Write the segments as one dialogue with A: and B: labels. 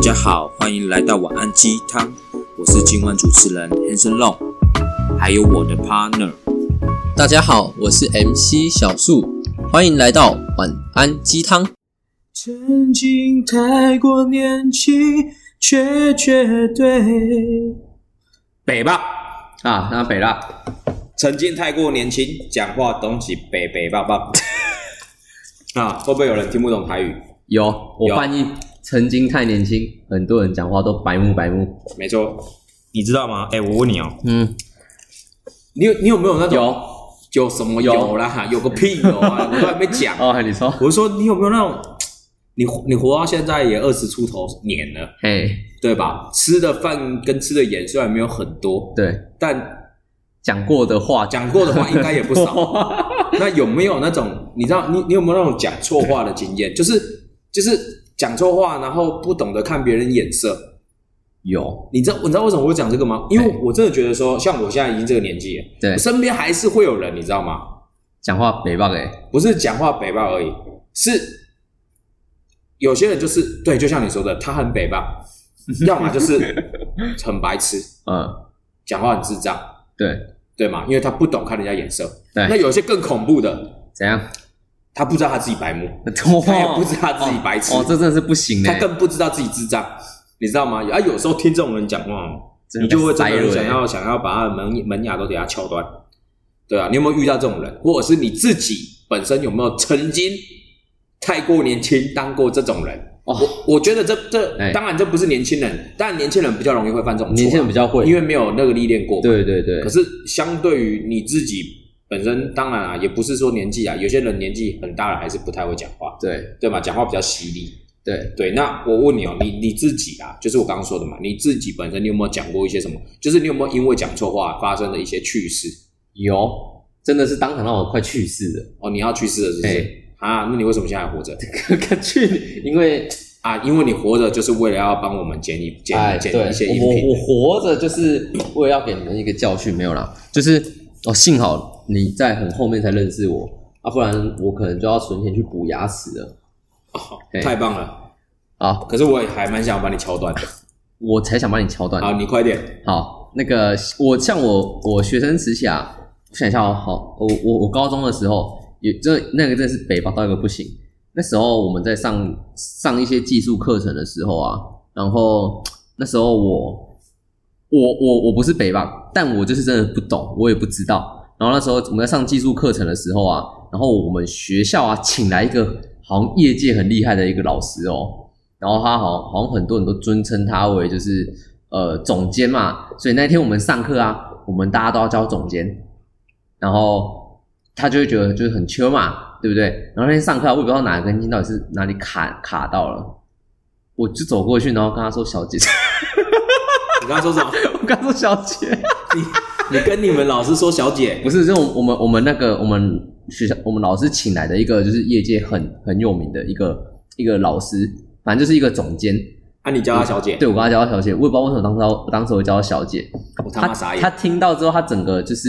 A: 家好，欢迎来到晚安鸡汤，我是今晚主持人 Hanson Long，还有我的 partner。
B: 大家好，我是 MC 小树，欢迎来到晚安鸡汤。
C: 曾经太过年轻，却绝对。
D: 北吧，
B: 啊，那北啦，
D: 曾经太过年轻，讲话东西北北棒棒。 啊，会不会有人听不懂台语？
B: 有我
D: 有
B: 翻译，曾经太年轻，很多人讲话都白目白目。
D: 没错，你知道吗？哎、我问你哦，
B: 嗯，
D: 你有你有没有那种
B: 有
D: 有什么
B: 有
D: 有啦？有个屁有啊！我都还没 讲。
B: 哦，你说，
D: 我是说你有没有那种，你你活到现在也二十出头年了，
B: 嘿，
D: 对吧？吃的饭跟吃的盐虽然没有很多，
B: 对，
D: 但
B: 讲过的话，
D: 讲过的话应该也不 少。那有没有那种你知道你你有没有那种讲错话的经验？就是就是讲错话，然后不懂得看别人眼色。
B: 有，
D: 你知道你知道为什么我会讲这个吗？因为我真的觉得说，像我现在已经这个年纪了，
B: 对
D: 我，身边还是会有人，你知道吗？
B: 讲话北棒哎，
D: 不是讲话北霸而已，是有些人就是对，就像你说的，他很 北霸，要么就是很白痴，
B: 嗯，
D: 讲话很智障，
B: 对，
D: 对吗？因为他不懂看人家眼色。
B: 对
D: 那有些更恐怖的，
B: 怎样？
D: 他不知道他自己白目，他也
B: 哇
D: 不知道自己白痴，
B: 哦哦，这真的是不行
D: 他
B: 哎，
D: 更不知道自己智障，你知道吗？啊，有时候听这种人讲话哦，
B: 真
D: 你
B: 的
D: 就会真
B: 塞
D: 的很
B: 了
D: 想
B: 欸
D: 要想要把他的门门牙都给他敲断，对啊，你有没有遇到这种人，或者是你自己本身有没有曾经太过年轻当过这种人？
B: 哦
D: 我我觉得这这、
B: 哎
D: 当然这不是年轻人，但年轻人比较容易会犯这种错啊，
B: 年轻人比较会，
D: 因为没有那个历练过嘛，
B: 对对对
D: 可，是相对于你自己本身，当然啊，也不是说年纪啊，有些人年纪很大了还是不太会讲话，
B: 对
D: 对吗？讲话比较犀利，
B: 对，
D: 对，那我问你哦，你你自己啊，就是我刚刚说的嘛，你自己本身你有没有讲过一些什么？就是你有没有因为讲错话发生的一些趣事？
B: 有，真的是当场让我快去世了。
D: 哦，你要去世了是不
B: 哎
D: 是？啊，那你为什么现在还活着？
B: 感觉因为
D: 啊，因为你活着就是为了要帮我们捡一
B: 哎，
D: 捡捡
B: 对
D: 一些，音
B: 我我
D: 频。
B: 活着就是为了要给你们一个教训，没有啦，就是哦，幸好你在很后面才认识我啊，不然我可能就要存钱去补牙齿了
D: 哦
B: 哎
D: 太棒了！
B: 啊，
D: 可是我也还蛮想把你敲断的。
B: 我才想把你敲断。
D: 好，你快点。
B: 好，那个我像我我学生时期啊，我想一下哦，好，我我我高中的时候也这那个真的是北方到一个不行。那时候我们在上上一些技术课程的时候啊，然后那时候我我我我不是北棒，但我就是真的不懂，我也不知道。然后那时候我们在上技术课程的时候啊，然后我们学校啊请来一个好像业界很厉害的一个老师哦，然后他好像好像很多人都尊称他为就是呃总监嘛，所以那天我们上课啊，我们大家都要叫总监，然后他就会觉得就是很缺嘛，对不对？然后那天上课、啊，我也不知道哪根筋到底是哪里卡卡到了，我就走过去，然后跟他说：“小姐。”
D: 你刚刚说什么？
B: 我跟他说：“小姐。”
D: 你跟你们老师说小姐
B: 不是，就是我们我们那个我们学校我们老师请来的一个就是业界很很有名的一个一个老师，反正就是一个总监。
D: 啊，你叫她小姐。
B: 嗯对我跟他叫她小姐，我也不知道为什么当时我当时我叫她小姐，
D: 我他
B: 她
D: 妈傻
B: 她
D: 眼。
B: 听到之后，她整个就是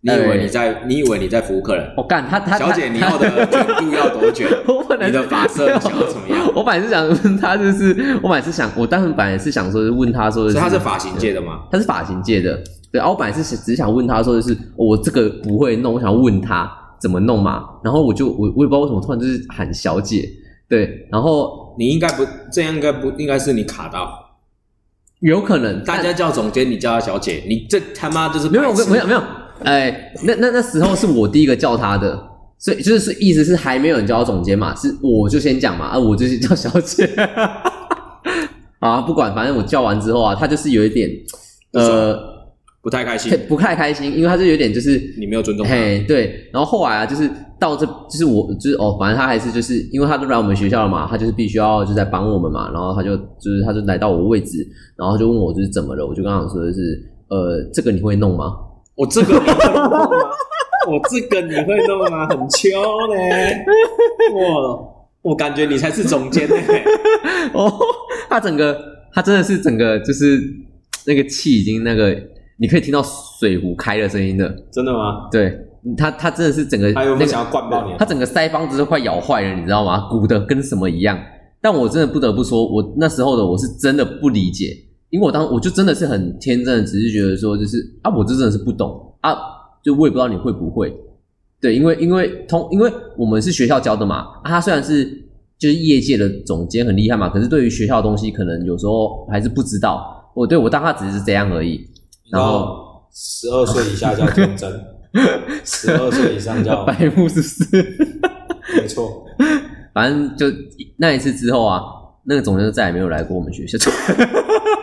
D: 你以为你在你以为你在服务客人？
B: 我干她哎她
D: 小姐，
B: 她
D: 你要 的卷度要多卷？
B: 我本来
D: 你的发色想要怎么样？
B: 我本来是想问她，就是我本来是想，我当时本来是想说，问她说、
D: 所
B: 就
D: 以
B: 是，
D: 他是发型界的嘛？
B: 他是发型界的，对，啊然后我本来是只想问他说，就是我这个不会弄，我想问他怎么弄嘛。然后我就我我也不知道为什么突然就是喊小姐，对，然后
D: 你应该不这样，应该不应该是你卡到，
B: 有可能
D: 大家叫总监，你叫她小姐，你这他妈就是
B: 没有
D: 白
B: 没
D: 痴
B: 有没有没有，哎，那那那时候是我第一个叫他的。所以就是是意思是还没有人叫我总监嘛，是我就先讲嘛，啊，我就是叫小姐， 啊，不管，反正我叫完之后啊，他就是有一点，呃，
D: 不太开心，
B: 不太开心，因为他就有点就是
D: 你没有尊重他，
B: 嘿，对，然后后来啊，就是到这，就是我，就是哦，反正他还是就是，因为他都来我们学校了嘛，他就是必须要就在帮我们嘛，然后他就就是他就来到我位置，然后就问我就是怎么了，我就跟他讲说就是呃，这个你会弄吗？
D: 我这个你会 弄吗？我这个你会弄吗？很秋呢，我我感觉你才是总监呢，
B: 哦，他整个他真的是整个就是那个气已经那个，你可以听到水壶开的声音的，
D: 真的吗？
B: 对他他真的是整个
D: 他
B: 那
D: 有没有
B: 个
D: 想要灌爆你啊
B: 他？整个腮帮子都快咬坏了，你知道吗？鼓的跟什么一样。但我真的不得不说，我那时候的我是真的不理解，因为我当我就真的是很天真的，只是觉得说，就是啊，我这真的是不懂啊，就我也不知道你会不会。对，因为因为通因为我们是学校教的嘛，啊，他虽然是就是业界的总监很厉害嘛，可是对于学校的东西，可能有时候还是不知道。我对我当他只是这样而已，然后
D: 后十二岁以下叫天真，十二岁以上 叫
B: 白目是不是？
D: 没错。
B: 反正就那一次之后啊，那个总监就再也没有来过我们学校。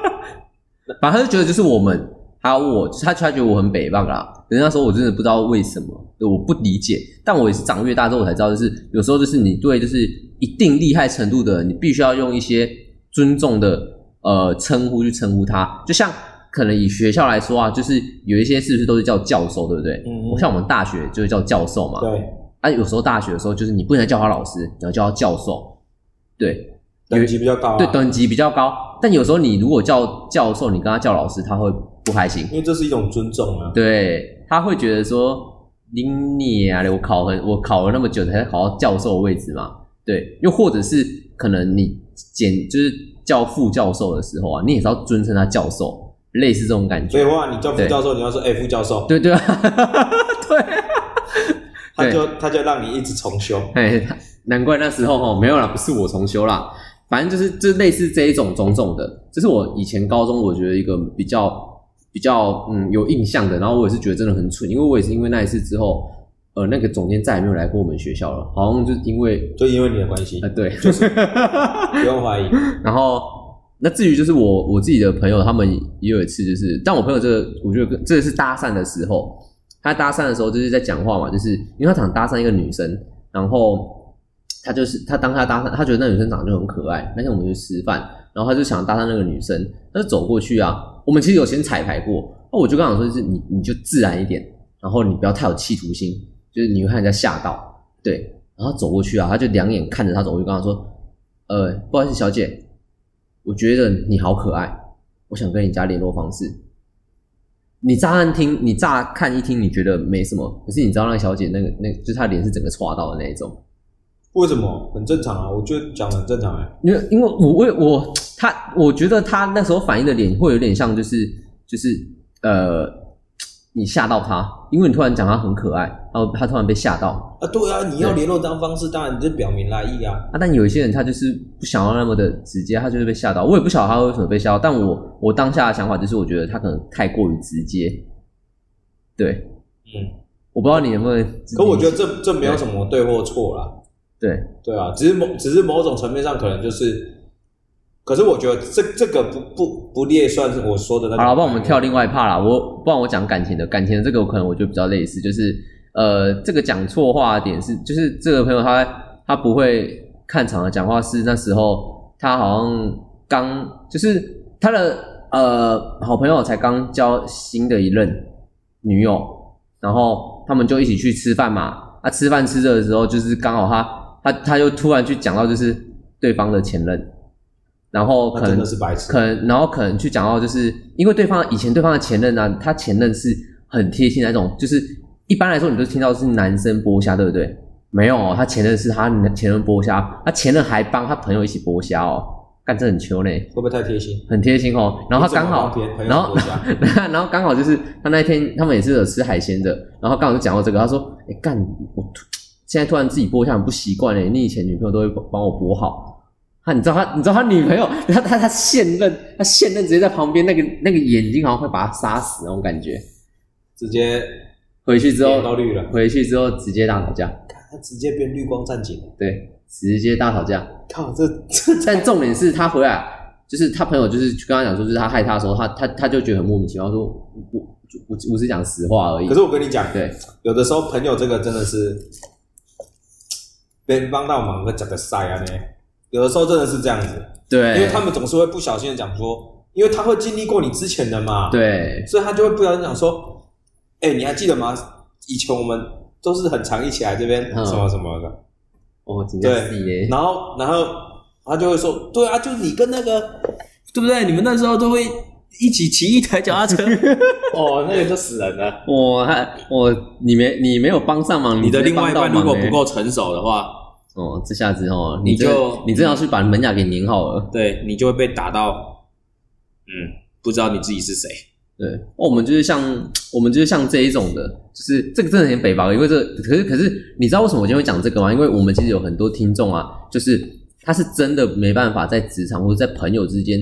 B: 反正他就觉得就是我们，还有我，就是他他觉得我很北棒啦。人家说我真的不知道为什么，对我不理解。但我也是长越大之后我才知道，就是有时候就是你对就是一定厉害程度的人，你必须要用一些尊重的呃称呼去称呼他。就像可能以学校来说啊，就是有一些是不是都是叫教授，对不对？
D: 嗯嗯
B: 像我们大学就是叫教授嘛。
D: 对，
B: 啊，有时候大学的时候，就是你不能叫他老师，你要叫他教授。对
D: 等级比较高啊，
B: 对，等级比较高，但有时候你如果叫教授，你跟他叫老师，他会不开心。
D: 因为这是一种尊重啊。
B: 对，他会觉得说，你你啊，我考很，我考了那么久才考到教授的位置嘛。对，又或者是可能你简就是叫副教授的时候啊，你也是要尊称他教授，类似这种感
D: 所以
B: 觉。
D: 话，你叫副教授，你要说哎，副教授，
B: 对对啊， 对。
D: 他就他就让你一直重修。
B: 哎，难怪那时候哦，没有啦，不是我重修啦，反正就是就类似这一种种种的，这是我以前高中我觉得一个比较比较嗯有印象的，然后我也是觉得真的很蠢，因为我也是因为那一次之后，呃，那个总监再也没有来过我们学校了，好像就是因为
D: 就因为你的关 系
B: 啊、，对，就是，
D: 不用怀疑。
B: 然后。那至于就是我我自己的朋友，他们也有一次就是，但我朋友这个我觉得跟这个是搭讪的时候，他搭讪的时候就是在讲话嘛，就是因为他想搭讪一个女生，然后他就是他当他搭讪，他觉得那女生长得就很可爱。那天我们去吃饭，然后他就想搭讪那个女生，他就走过去啊。我们其实有先彩排过，那我就跟他讲说，就是你你就自然一点，然后你不要太有企图心，就是你会让人家吓到。对，然后走过去啊，他就两眼看着他走过去，跟他说：“呃，不好意思，小姐，我觉得你好可爱，我想跟你加联络方式。”你乍看听，你乍看一听，你觉得没什么，可是你知道那个小姐那个那个，就是她脸是整个歘到的那一种。
D: 为什么？很正常啊，我觉得讲得很正常哎、
B: 因为因为我为我他，我觉得他那时候反应的脸会有点像，就是就是呃，你吓到他，因为你突然讲他很可爱，然后他突然被吓到
D: 啊，对啊，你要联络当方式，当然你就表明来意啊。
B: 啊。但有一些人他就是不想要那么的直接，他就是被吓到。我也不晓得他为什么被吓到，但我我当下的想法就是，我觉得他可能太过于直接。对，
D: 嗯，
B: 我不知道你有没有，
D: 可我觉得这这没有什么对或错啦，
B: 对
D: 对啊，只是某只是某种层面上可能就是，可是我觉得这这个不不不列算是我说的那种。
B: 好了，不然我们跳另外一 part 啦。我不然我讲感情的，感情的这个我可能我就比较类似，就是呃，这个讲错话的点是，就是这个朋友他他不会看场的讲话是那时候他好像刚就是他的呃好朋友才刚交新的一任女友，然后他们就一起去吃饭嘛。啊，吃饭吃着的时候，就是刚好他他他就突然去讲到就是对方的前任，然后可
D: 那
B: 能
D: 啊真的是白痴。
B: 可能，然后可能去讲到，就是因为对方以前对方的前任呢、啊，他前任是很贴心的那种，就是一般来说你都听到是男生剥虾，对不对？没有哦，他前任是他前任剥虾，他前任还帮他朋友一起剥虾哦，干这很球呢，
D: 会不会太贴心？
B: 很贴心哦。然后他刚好
D: 你怎么帮别人，朋友
B: 然后
D: 剥虾
B: 然后刚好就是他那天他们也是有吃海鲜的，然后刚好就讲到这个，他说：“哎干，我突现在突然自己剥虾很不习惯哎，你以前女朋友都会帮我剥好。”他你知道他，你知道他女朋友，他他他现任，他现任直接在旁边，那个那个眼睛好像快把他杀死那种感觉。
D: 直接
B: 回去之
D: 脸都
B: 后，
D: 绿了，
B: 回去之后直接大吵架，
D: 他直接变绿光战警了。
B: 对，直接大吵架。
D: 靠，这这
B: 但重点是他回来，就是他朋友就是去跟他讲说，就是他害他的时候，他他他就觉得很莫名其妙，说我我我我只讲实话而已。
D: 可是我跟你讲，
B: 对，
D: 有的时候朋友这个真的是别人帮到忙会讲个晒啊呢。有的时候真的是这样子，
B: 对，
D: 因为他们总是会不小心的讲说，因为他会经历过你之前的嘛，，
B: 对
D: 所以他就会不小心讲说，哎、你还记得吗？以前我们都是很常一起来这边
B: 嗯
D: 什么什么的，
B: 哦，真的是
D: 对，
B: 耶，
D: 然后然后他就会说，对啊，就是你跟那个
E: 对不对？你们那时候都会一起骑一台脚踏车，
D: 哦，那个就死人了，
B: 我还我你没你没有帮上忙，
E: 你的
B: 直接
E: 另外一
B: 帮
E: 半
B: 到忙欸
E: 如果
B: 耶
E: 不够成熟的话，
B: 哦，这下子哦，你
A: 你
B: 真
A: 就
B: 你真要去把门牙给粘好了。
A: 对你就会被打到，嗯，不知道你自己是谁。
B: 对，哦，我们就是像我们就是像这一种的，就是这个真的很北吧，因为这可是可是你知道为什么我今天会讲这个吗？因为我们其实有很多听众啊，就是他是真的没办法在职场或者在朋友之间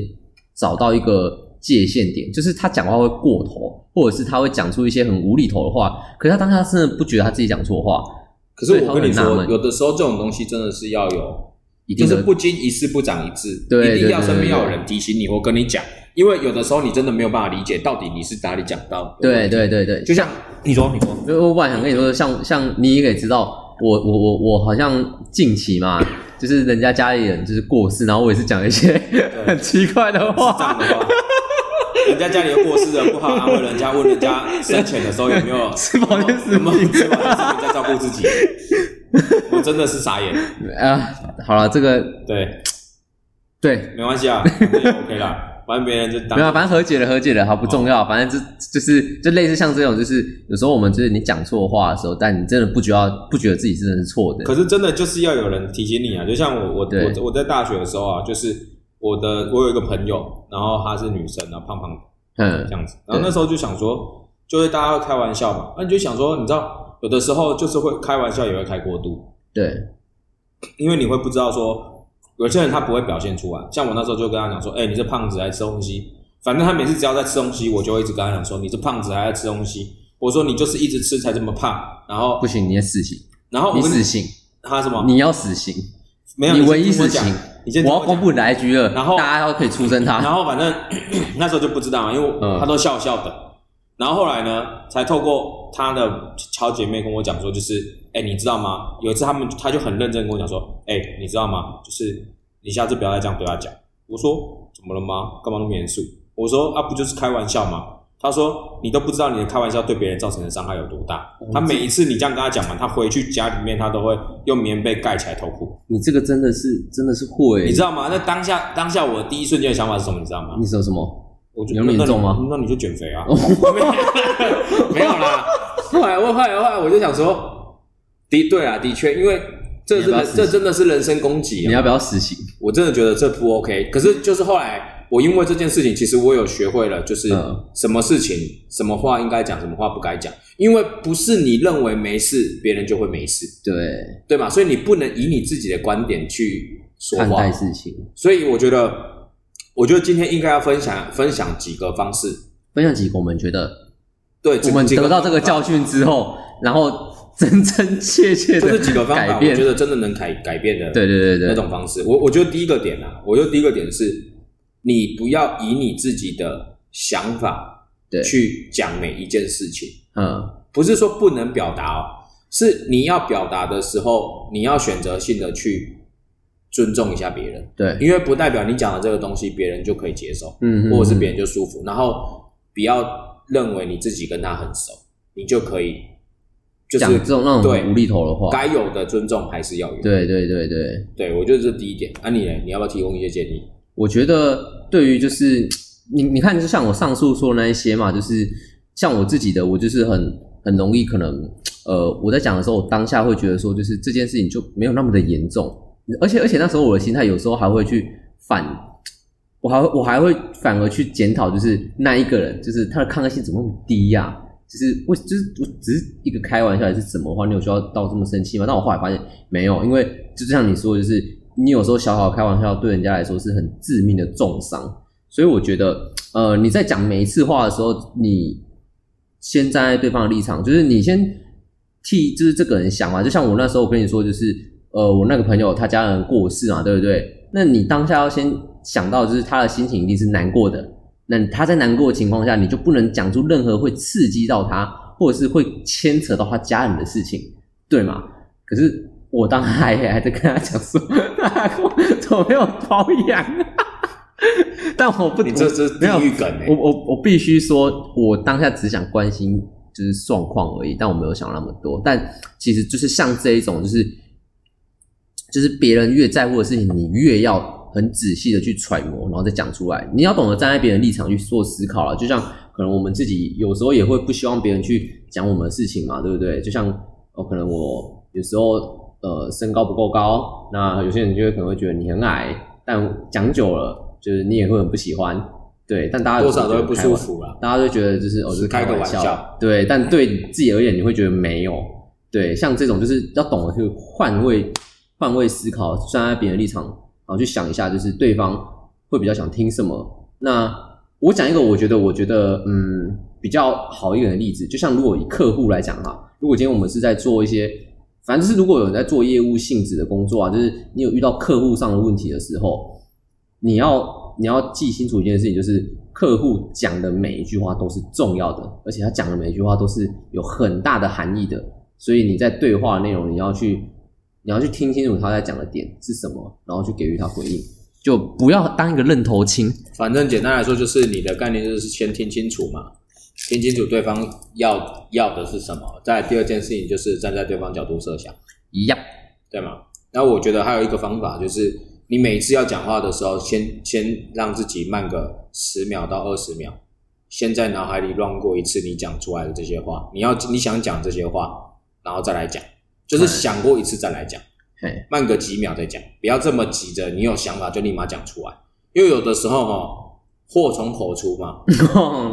B: 找到一个界限点，就是他讲话会过头，或者是他会讲出一些很无厘头的话，可是他当下真的不觉得他自己讲错话，
D: 可是我
B: 所以他
D: 跟
B: 会
D: 你
B: 很纳
D: 说，
B: 闷
D: 有的时候这种东西真的是要有，
B: 一定
D: 就
B: 的
D: 是不经一事不长一智，
B: 对
D: 一定要
B: 对对
D: 身边
B: 对
D: 要有
B: 对
D: 人提醒你或跟你讲，因为有的时候你真的没有办法理解到底你是哪里讲到。
B: 对，对对对，
D: 就像
F: 你说，你说，
B: 因为我本来想跟你说，像像你也可以知道，我我我我好像近期嘛，就是人家家里人就是过世，然后我也是讲一些很奇怪的
F: 这
B: 话，
F: 样的话，人家家里有过世了，不好安慰人家，问人家生前的时候有没有
B: 吃饱就
F: 有
B: 是
F: 没有吃饱的时候在照顾自己，我真的是傻眼。
B: 啊，好了，这个
F: 对，
B: 对，
F: 没关系啊，这也 OK 啦，反正别人就当
B: 没有，反正和解了，和解了，好不重要，
F: 哦
B: 反正这就是就类似像这种，就是有时候我们就是你讲错话的时候，但你真的不觉得不觉得自己真的是错的，
F: 可是真的就是要有人提醒你啊，就像我我
B: 对
F: 我我在大学的时候啊，就是我的我有一个朋友，然后她是女生啊，胖胖的
B: 嗯
F: 这，样子，然后那时候就想说，就是大家会开玩笑嘛，那你就想说，你知道有的时候就是会开玩笑也会开过度，
B: 对，
F: 因为你会不知道说有些人他不会表现出来，像我那时候就跟他讲说，哎、你这胖子还吃东西，反正他每次只要在吃东西，我就会一直跟他讲说，你这胖子还在吃东西，我说你就是一直吃才这么胖，然后
B: 不行，你要死刑，
F: 然后我
B: 你
F: 跟
B: 死刑，
F: 他什么，
B: 你要死刑，
F: 没有
B: 你
F: 先
B: 唯一
F: 听我
B: 死
F: 讲
B: 刑
F: 你先听
B: 我要
F: 讲
B: 公布你的 IG 了，
F: 然后
B: 大家都可以出声他，
F: 然后反正 那时候就不知道嘛，因为我
B: 啊嗯
F: 他都笑笑的。然后后来呢，才透过他的小姐妹跟我讲说，就是哎、你知道吗？有一次他们他就很认真跟我讲说，哎、你知道吗？就是你下次不要再这样对他讲。我说怎么了吗？干嘛那么严肃？我说啊，不就是开玩笑吗？他说你都不知道你的开玩笑对别人造成的伤害有多大。他每一次你这样跟他讲完，他回去家里面他都会用棉被盖起来偷哭，
B: 你这个真的是真的是会，
F: 你知道吗？那当下当下我第一瞬间的想法是什么？你知道吗？
B: 你说什么？
F: 我就
B: 有那么
F: 那
B: 严重吗
F: 你那你就减 肥啊！
D: 没有啦。后来我后来后来我就想说，的对啊，的确，因为这真
B: 你要
D: 的
B: 不要试试
D: 这真的是人身攻击
B: 你
D: 啊！
B: 要不要实行？
D: 我真的觉得这不 OK。可是就是后来我因为这件事情，其实我有学会了，就是
B: 嗯
D: 什么事情、什么话应该讲，什么话不该讲，因为不是你认为没事，别人就会没事，
B: 对，
D: 对吗？所以你不能以你自己的观点去说
B: 看
D: 话
B: 待。事情，
D: 所以我觉得，我觉得今天应该要分享分享几个方式。
B: 分享几个我们觉得
D: 对，
B: 我们
D: 几
B: 得到这个教训之后，然后真真切切
D: 就
B: 的
D: 是几个方法，
B: 改
D: 我
B: 变
D: 觉，得真的能改改变的。
B: 对对对
D: 那
B: 对，
D: 种方式。我我觉得第一个点啊，我觉得第一个点是，你不要以你自己的想法
B: 对
D: 去讲每一件事情，
B: 嗯，
D: 不是说不能表达哦，是你要表达的时候，你要选择性的去尊重一下别人，
B: 对，
D: 因为不代表你讲的这个东西别人就可以接受，
B: 嗯，嗯
D: 或者是
B: 嗯
D: 别人就舒服，然后不要认为你自己跟他很熟，你就可以就
B: 讲
D: 是
B: 这种那
D: 对
B: 种无厘头的话，
D: 该有的尊重还是要有。
B: 对对对对，
D: 对，我觉得这是第一点。啊，你呢？你要不要提供一些建议？
B: 我觉得对于就是你你看，就像我上述说的那一些嘛，就是像我自己的，我就是很很容易可能呃，我在讲的时候，我当下会觉得说，就是这件事情就没有那么的严重，而且而且那时候我的心态有时候还会去反，我还会我还会反而去检讨，就是那一个人，就是他的抗压性怎么那么低呀、就是我就是我只是一个开玩笑还是怎么的话，你有需要到这么生气吗？但我后来发现没有，因为就像你说的，就是你有时候小小的开玩笑对人家来说是很致命的重伤，所以我觉得呃你在讲每一次话的时候，你先站在对方的立场，就是你先替就是这个人想嘛，就像我那时候我跟你说，就是呃我那个朋友他家人过世嘛，对不对？那你当下要先想到就是他的心情一定是难过的，那他在难过的情况下，你就不能讲出任何会刺激到他，或者是会牵扯到他家人的事情，对吗？可是我当时还还在跟他讲说， 他怎么没有保养？ 但我不，
D: 你这这是
B: 没
D: 地
B: 有
D: 狱梗哎、
B: 我我我必须说，我当下只想关心就是状况而已，但我没有想那么多。但其实就是像这一种，就是就是别人越在乎的事情，你越要很仔细的去揣摩，然后再讲出来。你要懂得站在别人立场去做思考了。就像可能我们自己有时候也会不希望别人去讲我们的事情嘛，对不对？就像哦，可能我有时候。呃身高不够高，那有些人就会可能会觉得你很矮，但讲久了就是你也会很不喜欢，对，但大家有
D: 多
B: 时候
D: 少都会不
B: 觉得开
D: 舒
B: 玩
D: 服啦。
B: 大家都觉得就是哦，就是
D: 开个
B: 玩
D: 玩笑
B: 对，但对自己而言，你会觉得没有，对，像这种就是要懂得去换位、换位思考，站在别人的立场，然后去想一下，就是对方会比较想听什么。那我讲一个，我觉得，我觉得，嗯，比较好一点的例子，就像如果以客户来讲哈，如果今天我们是在做一些，反正就是如果有人在做业务性质的工作啊，就是你有遇到客户上的问题的时候，你要你要记清楚一件事情，就是客户讲的每一句话都是重要的，而且他讲的每一句话都是有很大的含义的。所以你在对话的内容，你要去你要去听清楚他在讲的点是什么，然后去给予他回应，就不要当一个愣头青。
D: 反正简单来说，就是你的概念就是先听清楚嘛，听清楚对方要要的是什么。再来第二件事情就是站在对方角度设想，
B: 一样，
D: 对吗？那我觉得还有一个方法就是，你每一次要讲话的时候，先先让自己慢个十秒到二十秒，先在脑海里乱过一次你讲出来的这些话，你要你想讲这些话，然后再来讲，就是
B: 嗯
D: 想过一次再来讲。
B: 嘿，
D: 慢个几秒再讲，不要这么急着，你有想法就立马讲出来，因为有的时候哦，祸从口出嘛，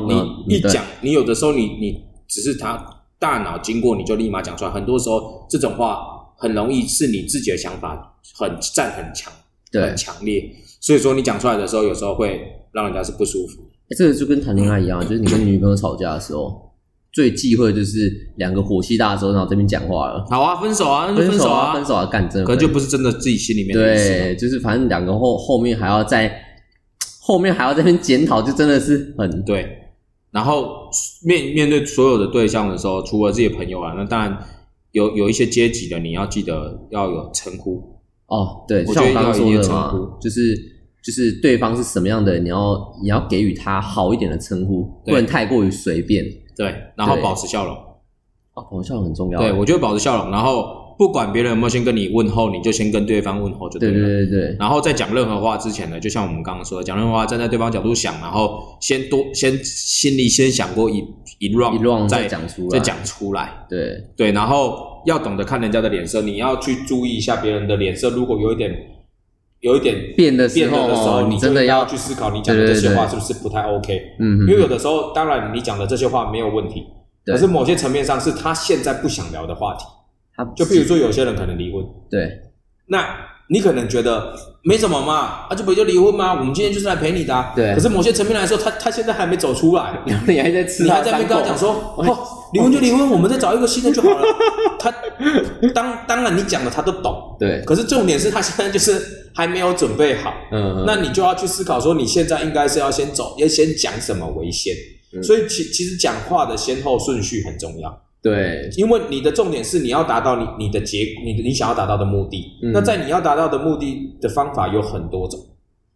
D: 你 一
B: 对
D: 讲，你有的时候你你只是他大脑经过你就立马讲出来，很多时候这种话很容易是你自己的想法很占很强，
B: 对哎
D: 很，强烈，所以说你讲出来的时候，有时候会让人家是不舒服。
B: 这个就跟谈恋爱一样，就是你跟女朋友吵架的时候，最忌讳就是两个火气大的时候，然后这边讲话了，
D: 好啊，分手啊，那就
B: 分
D: 手啊，
B: 分手啊，干真的
D: 可
B: 分
D: 能
B: 手
D: 就不是真的自己心里面的意思嘛。
B: 对，就是反正两个后后面还要在后面还要在那边检讨，就真的是很
D: 对，然后面面对所有的对象的时候，除了自己的朋友啊，那当然有有一些阶级的，你要记得要有称呼。
B: 哦，对，
D: 我
B: 像
D: 觉
B: 我
D: 得
B: 刚刚
D: 要
B: 说
D: 有一些
B: 的
D: 称
B: 嘛
D: 呼，
B: 就是就是对方是什么样的人，你要你要给予他好一点的称呼，不
D: 对
B: 能太过于随便。
D: 对，然后
B: 对
D: 保持笑容。
B: 哦，我笑容很重要。
D: 对，我觉得保持笑容，然后不管别人有没有先跟你问候，你就先跟对方问候就
B: 对
D: 了。
B: 对对对
D: 然后在讲任何话之前呢，就像我们刚刚说的，讲任何话站在对方角度想，然后先多先心里先想过一一 round，
B: 一 round
D: 再
B: 再讲出来
D: 再讲出来。
B: 对
D: 对，然后要懂得看人家的脸色，你要去注意一下别人的脸色，如果有一点有一点
B: 变的时
D: 变
B: 候
D: 了的时
B: 哦
D: 候，
B: 你
D: 就
B: 真的
D: 应该
B: 要
D: 要去思考你讲的这些话
B: 对
D: 是不是不太 OK。
B: 嗯
D: 因为
B: 嗯，
D: 有的时候，当然你讲的这些话没有问题，
B: 对
D: 可是某些层面上是他现在不想聊的话题。
B: 他
D: 就比如说有些人可能离婚，
B: 对
D: 那你可能觉得没什么嘛，啊，就不就离婚吗？我们今天就是来陪你的、啊。
B: 对
D: 可是某些层面来说，他他现在还没走出来，
B: 你还在吃
D: 你
B: 他
D: 还
B: 的
D: 在那
B: 啊伤
D: 边跟
B: 口
D: 他讲说，哦，离婚就离婚，我们再找一个新的就好了。他当当然你讲的他都懂，
B: 对，
D: 可是重点是他现在就是还没有准备好，
B: 嗯，嗯
D: 那你就要去思考说，你现在应该是要先走，要先讲什么为先。所以其其实讲话的先后顺序很重要，
B: 对
D: 因为你的重点是你要达到你你的结你的你想要达到的目的。
B: 嗯
D: 那在你要达到的目的的方法有很多种，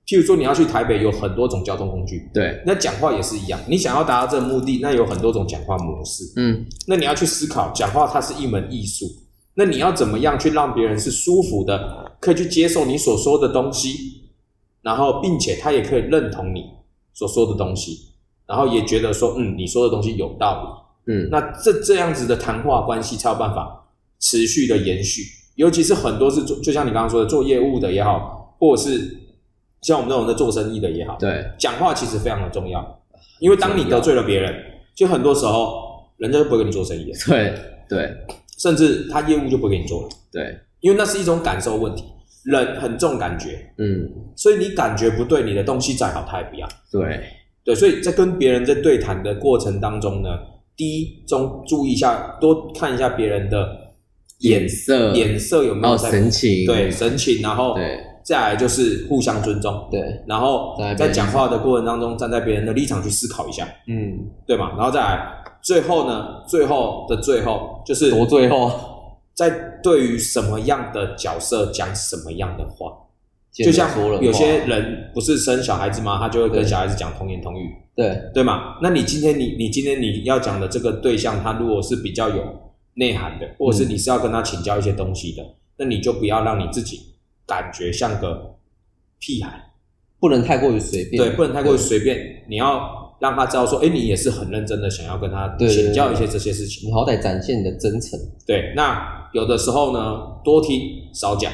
D: 譬如说你要去台北有很多种交通工具，
B: 对，
D: 那讲话也是一样，你想要达到这个目的，那有很多种讲话模式。
B: 嗯
D: 那你要去思考，讲话它是一门艺术。那你要怎么样去让别人是舒服的，可以去接受你所说的东西，然后并且他也可以认同你所说的东西，然后也觉得说，嗯，你说的东西有道理。
B: 嗯，
D: 那这这样子的谈话关系才有办法持续的延续。尤其是很多是做，就像你刚刚说的，做业务的也好，或者是像我们这种在做生意的也好，
B: 对
D: 讲话其实非常的重要，因为当你得罪了别人，就很多时候人家就不会跟你做生意了，
B: 对对
D: 甚至他业务就不会给你做了，
B: 对，
D: 因为那是一种感受问题，人很重感觉，
B: 嗯
D: 所以你感觉不对，你的东西再好他也不要。
B: 对
D: 对，所以在跟别人在对谈的过程当中呢，第一中注意一下，多看一下别人的眼
B: 眼色
D: 眼色有没
B: 然
D: 有
B: 后
D: 在
B: 神情
D: 对嗯神情，然后
B: 对
D: 再来就是互相尊重，
B: 对
D: 然后
B: 站在别
D: 在
B: 人
D: 讲话的过程当中，站在别人的立场去思考一下。
B: 嗯
D: 对嘛？然后再来，最后呢，最后的最后就是
B: 多最后
D: 在对于什么样的角色讲什么样的话，
B: 见
D: 就
B: 人
D: 像
B: 说人
D: 有
B: 话
D: 些人不是生小孩子吗？他就会跟
B: 对
D: 小孩子讲童言童语，
B: 对
D: 对嘛？那你今天你你今天你要讲的这个对象，他如果是比较有内涵的，或者是
B: 嗯
D: 你是要跟他请教一些东西的，那你就不要让你自己感觉像个屁孩，
B: 不能太过于随便，
D: 对，不能太过于随便，你要让他知道说，哎，你也是很认真的想要跟他
B: 对对对
D: 请教一些这些事情。
B: 你好歹展现你的真诚，
D: 对，那有的时候呢，多听少讲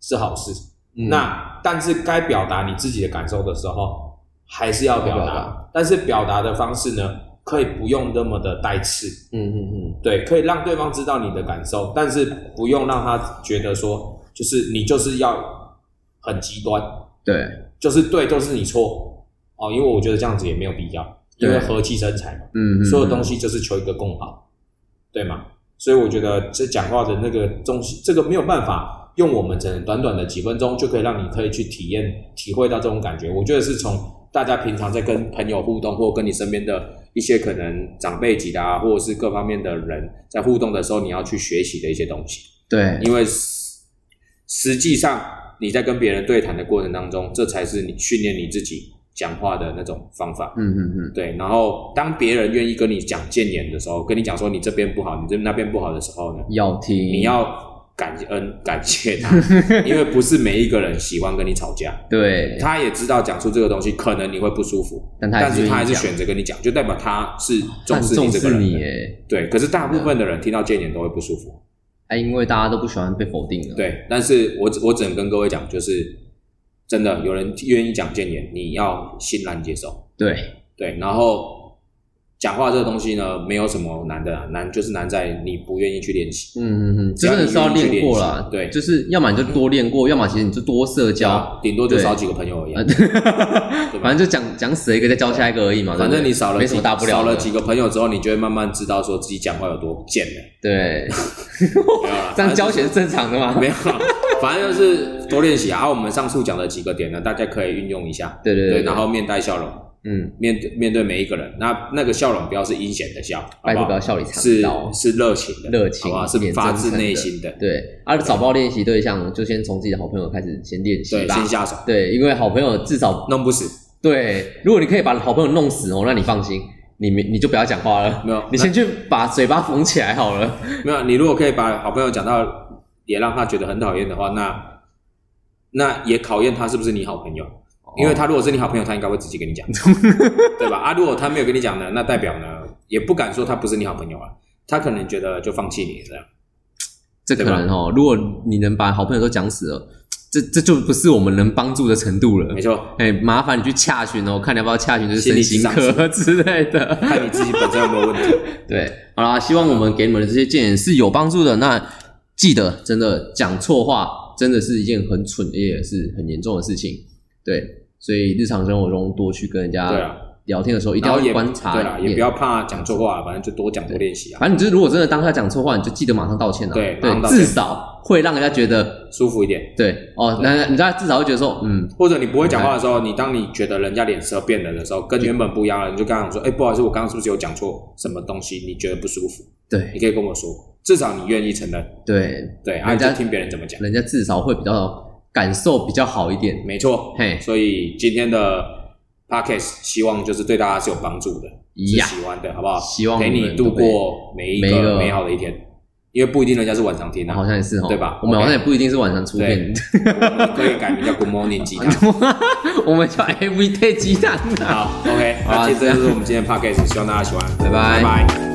D: 是好事。
B: 嗯
D: 那但是该表达你自己的感受的时候，还是要表
B: 要表
D: 达，但是表达的方式呢，可以不用那么的带刺，
B: 嗯嗯嗯，
D: 对，可以让对方知道你的感受，但是不用让他觉得说，就是你就是要很极端，
B: 对，
D: 就是对都是你错哦，因为我觉得这样子也没有必要，因为
B: 对
D: 和气生财嘛，
B: 嗯，嗯
D: 所有东
B: 西，
D: 西就是求一个共好，对吗？所以我觉得这讲话的那个东西，这个没有办法用我们只能短短的几分钟就可以让你可以去体验、体会到这种感觉。我觉得是从大家平常在跟朋友互动，或跟你身边的一些可能长辈级的啊，或者是各方面的人在互动的时候，你要去学习的一些东西。
B: 对，
D: 因为实实际上你在跟别人对谈的过程当中，这才是你训练你自己讲话的那种方法。
B: 嗯嗯嗯，
D: 对，然后当别人愿意跟你讲谏言的时候，跟你讲说你这边不好，你这那边不好的时候呢，
B: 要听，
D: 你要感恩感谢 他，因为不是每一个人喜欢跟你吵架，
B: 对，
D: 他也知道讲出这个东西可能你会不舒服，
B: 但他
D: 但是他还
B: 愿意
D: 是
B: 讲
D: 选择跟你讲，就代表他是
B: 他
D: 重
B: 很
D: 视
B: 重
D: 你这个
B: 视
D: 人
B: 你啊
D: 的。
B: 耶，
D: 对，可是大部分的人听到谏言都会不舒服。
B: 哎，因为大家都不喜欢被否定了，，
D: 对，但是我只我只能跟各位讲，就是真的有人愿意讲谏言，你要欣然接受。
B: 对，
D: 对，然后讲话这个东西呢，没有什么难的啊，难就是难在你不愿意去练习。
B: 嗯嗯嗯，
D: 只
B: 这
D: 要
B: 真的
D: 你
B: 是要
D: 愿意去
B: 练过
D: 练习
B: 啦，
D: 对
B: 就是要么你就多练过，要么其实你就多社交，
D: 顶多就
B: 对
D: 少几个朋友而已啊
B: 啊， 反正就讲讲死了一个再教下一个而已嘛，对
D: 反
B: 不对
D: 正你少了
B: 呃没什么
D: 几
B: 大不了的，
D: 少了几个朋友之后，你就会慢慢知道说自己讲话有多贱了。
B: 对，
D: 没有 啦
B: 这样教学是正常的嘛？
D: 没有啦，反正就是多练习啊。啊我们上述讲的几个点呢，大家可以运用一 下。
B: 对对
D: 对，
B: 对，
D: 然后面带笑容，
B: 嗯，
D: 面对面对每一个人，那那个笑容不要是阴险的笑，好
B: 拜
D: 不
B: 托不要
D: 好？
B: 笑里藏
D: 是
B: 刀，
D: 是热情的，
B: 热情
D: 好吧，
B: 一
D: 是
B: 点
D: 发自
B: 真诚的
D: 内心的，
B: 对，而找不到练习对象，就先从自己的好朋友开始先练习
D: 对，
B: 吧
D: 先。下手，
B: 对，因为好朋友至少
D: 弄不死，
B: 对，如果你可以把好朋友弄死哦，那你放心，你没你就不要讲话了，
D: 没有
B: 你先去把嘴巴缝起来好了。
D: 没有。你如果可以把好朋友讲到，也让他觉得很讨厌的话，那那也考验他是不是你好朋友，因为他如果是你好朋友，他应该会直接跟你讲， 对吧？啊，如果他没有跟你讲呢，那代表呢，也不敢说他不是你好朋友啊，他可能觉得就放弃你这样，
B: 这可能哦，如果你能把好朋友都讲死了，这这就不是我们能帮助的程度了
D: 没。错。
B: 哎，麻烦你去洽询哦，看你要不要洽询就是
D: 心理
B: 身心科之类的。
D: 看你自己本身有没有问 题，
B: 对，好啦，希望我们给你们的这些建议是有帮助的。那记得，真的讲错话，真的是一件很蠢也是很严重的事情。对，所以日常生活中多去跟人
D: 对
B: 家
D: 啊
B: 聊天的时候，一定
D: 然后也
B: 要观察
D: 对
B: 一
D: 啦，
B: 点
D: 也不要怕讲错话，反正就多讲多练习啊。
B: 反正你就是，如果真的当下讲错话，你就记得马上道歉啊。
D: 对马上道
B: 对，
D: 歉
B: 至少会让人家觉得，
D: 舒服一点。
B: 对哦，那你知道，至少会觉得说，嗯，
D: 或者你不会讲话的时候，你当你觉得人家脸色变了的时候，跟原本不一样了，你就跟他讲说：“哎、不好意思，我刚刚是不是有讲错什么东西？你觉得不舒服？你
B: 对
D: 可以跟我说，至少你愿意承认。
B: 对，
D: 对，啊，
B: 人家
D: 就听别人怎么讲。
B: 人家至少会比较感受比较好一点。
D: 没错，
B: 嘿
D: 所以今天的 podcast 希望就是对大家是有帮助的，是
B: 呀
D: 喜欢的，好不好？
B: 希望
D: 陪
B: 你们
D: 你度
B: 都被
D: 过每一
B: 每一
D: 个
B: 个
D: 美好的一天，因为不一定人家是晚上听啊，
B: 好像也是哦，
D: 对吧
B: 我们
D: OK
B: 好像也不一定是晚上出
D: 对
B: 片。
D: 可以改名叫 Good Morning 鸡汤。
B: 我们叫 Everyday 鸡蛋啊。
D: 好，OK，
B: 好啊
D: 那这这就是我们今天的 podcast，希望大家喜欢，
B: 拜拜
D: 拜拜。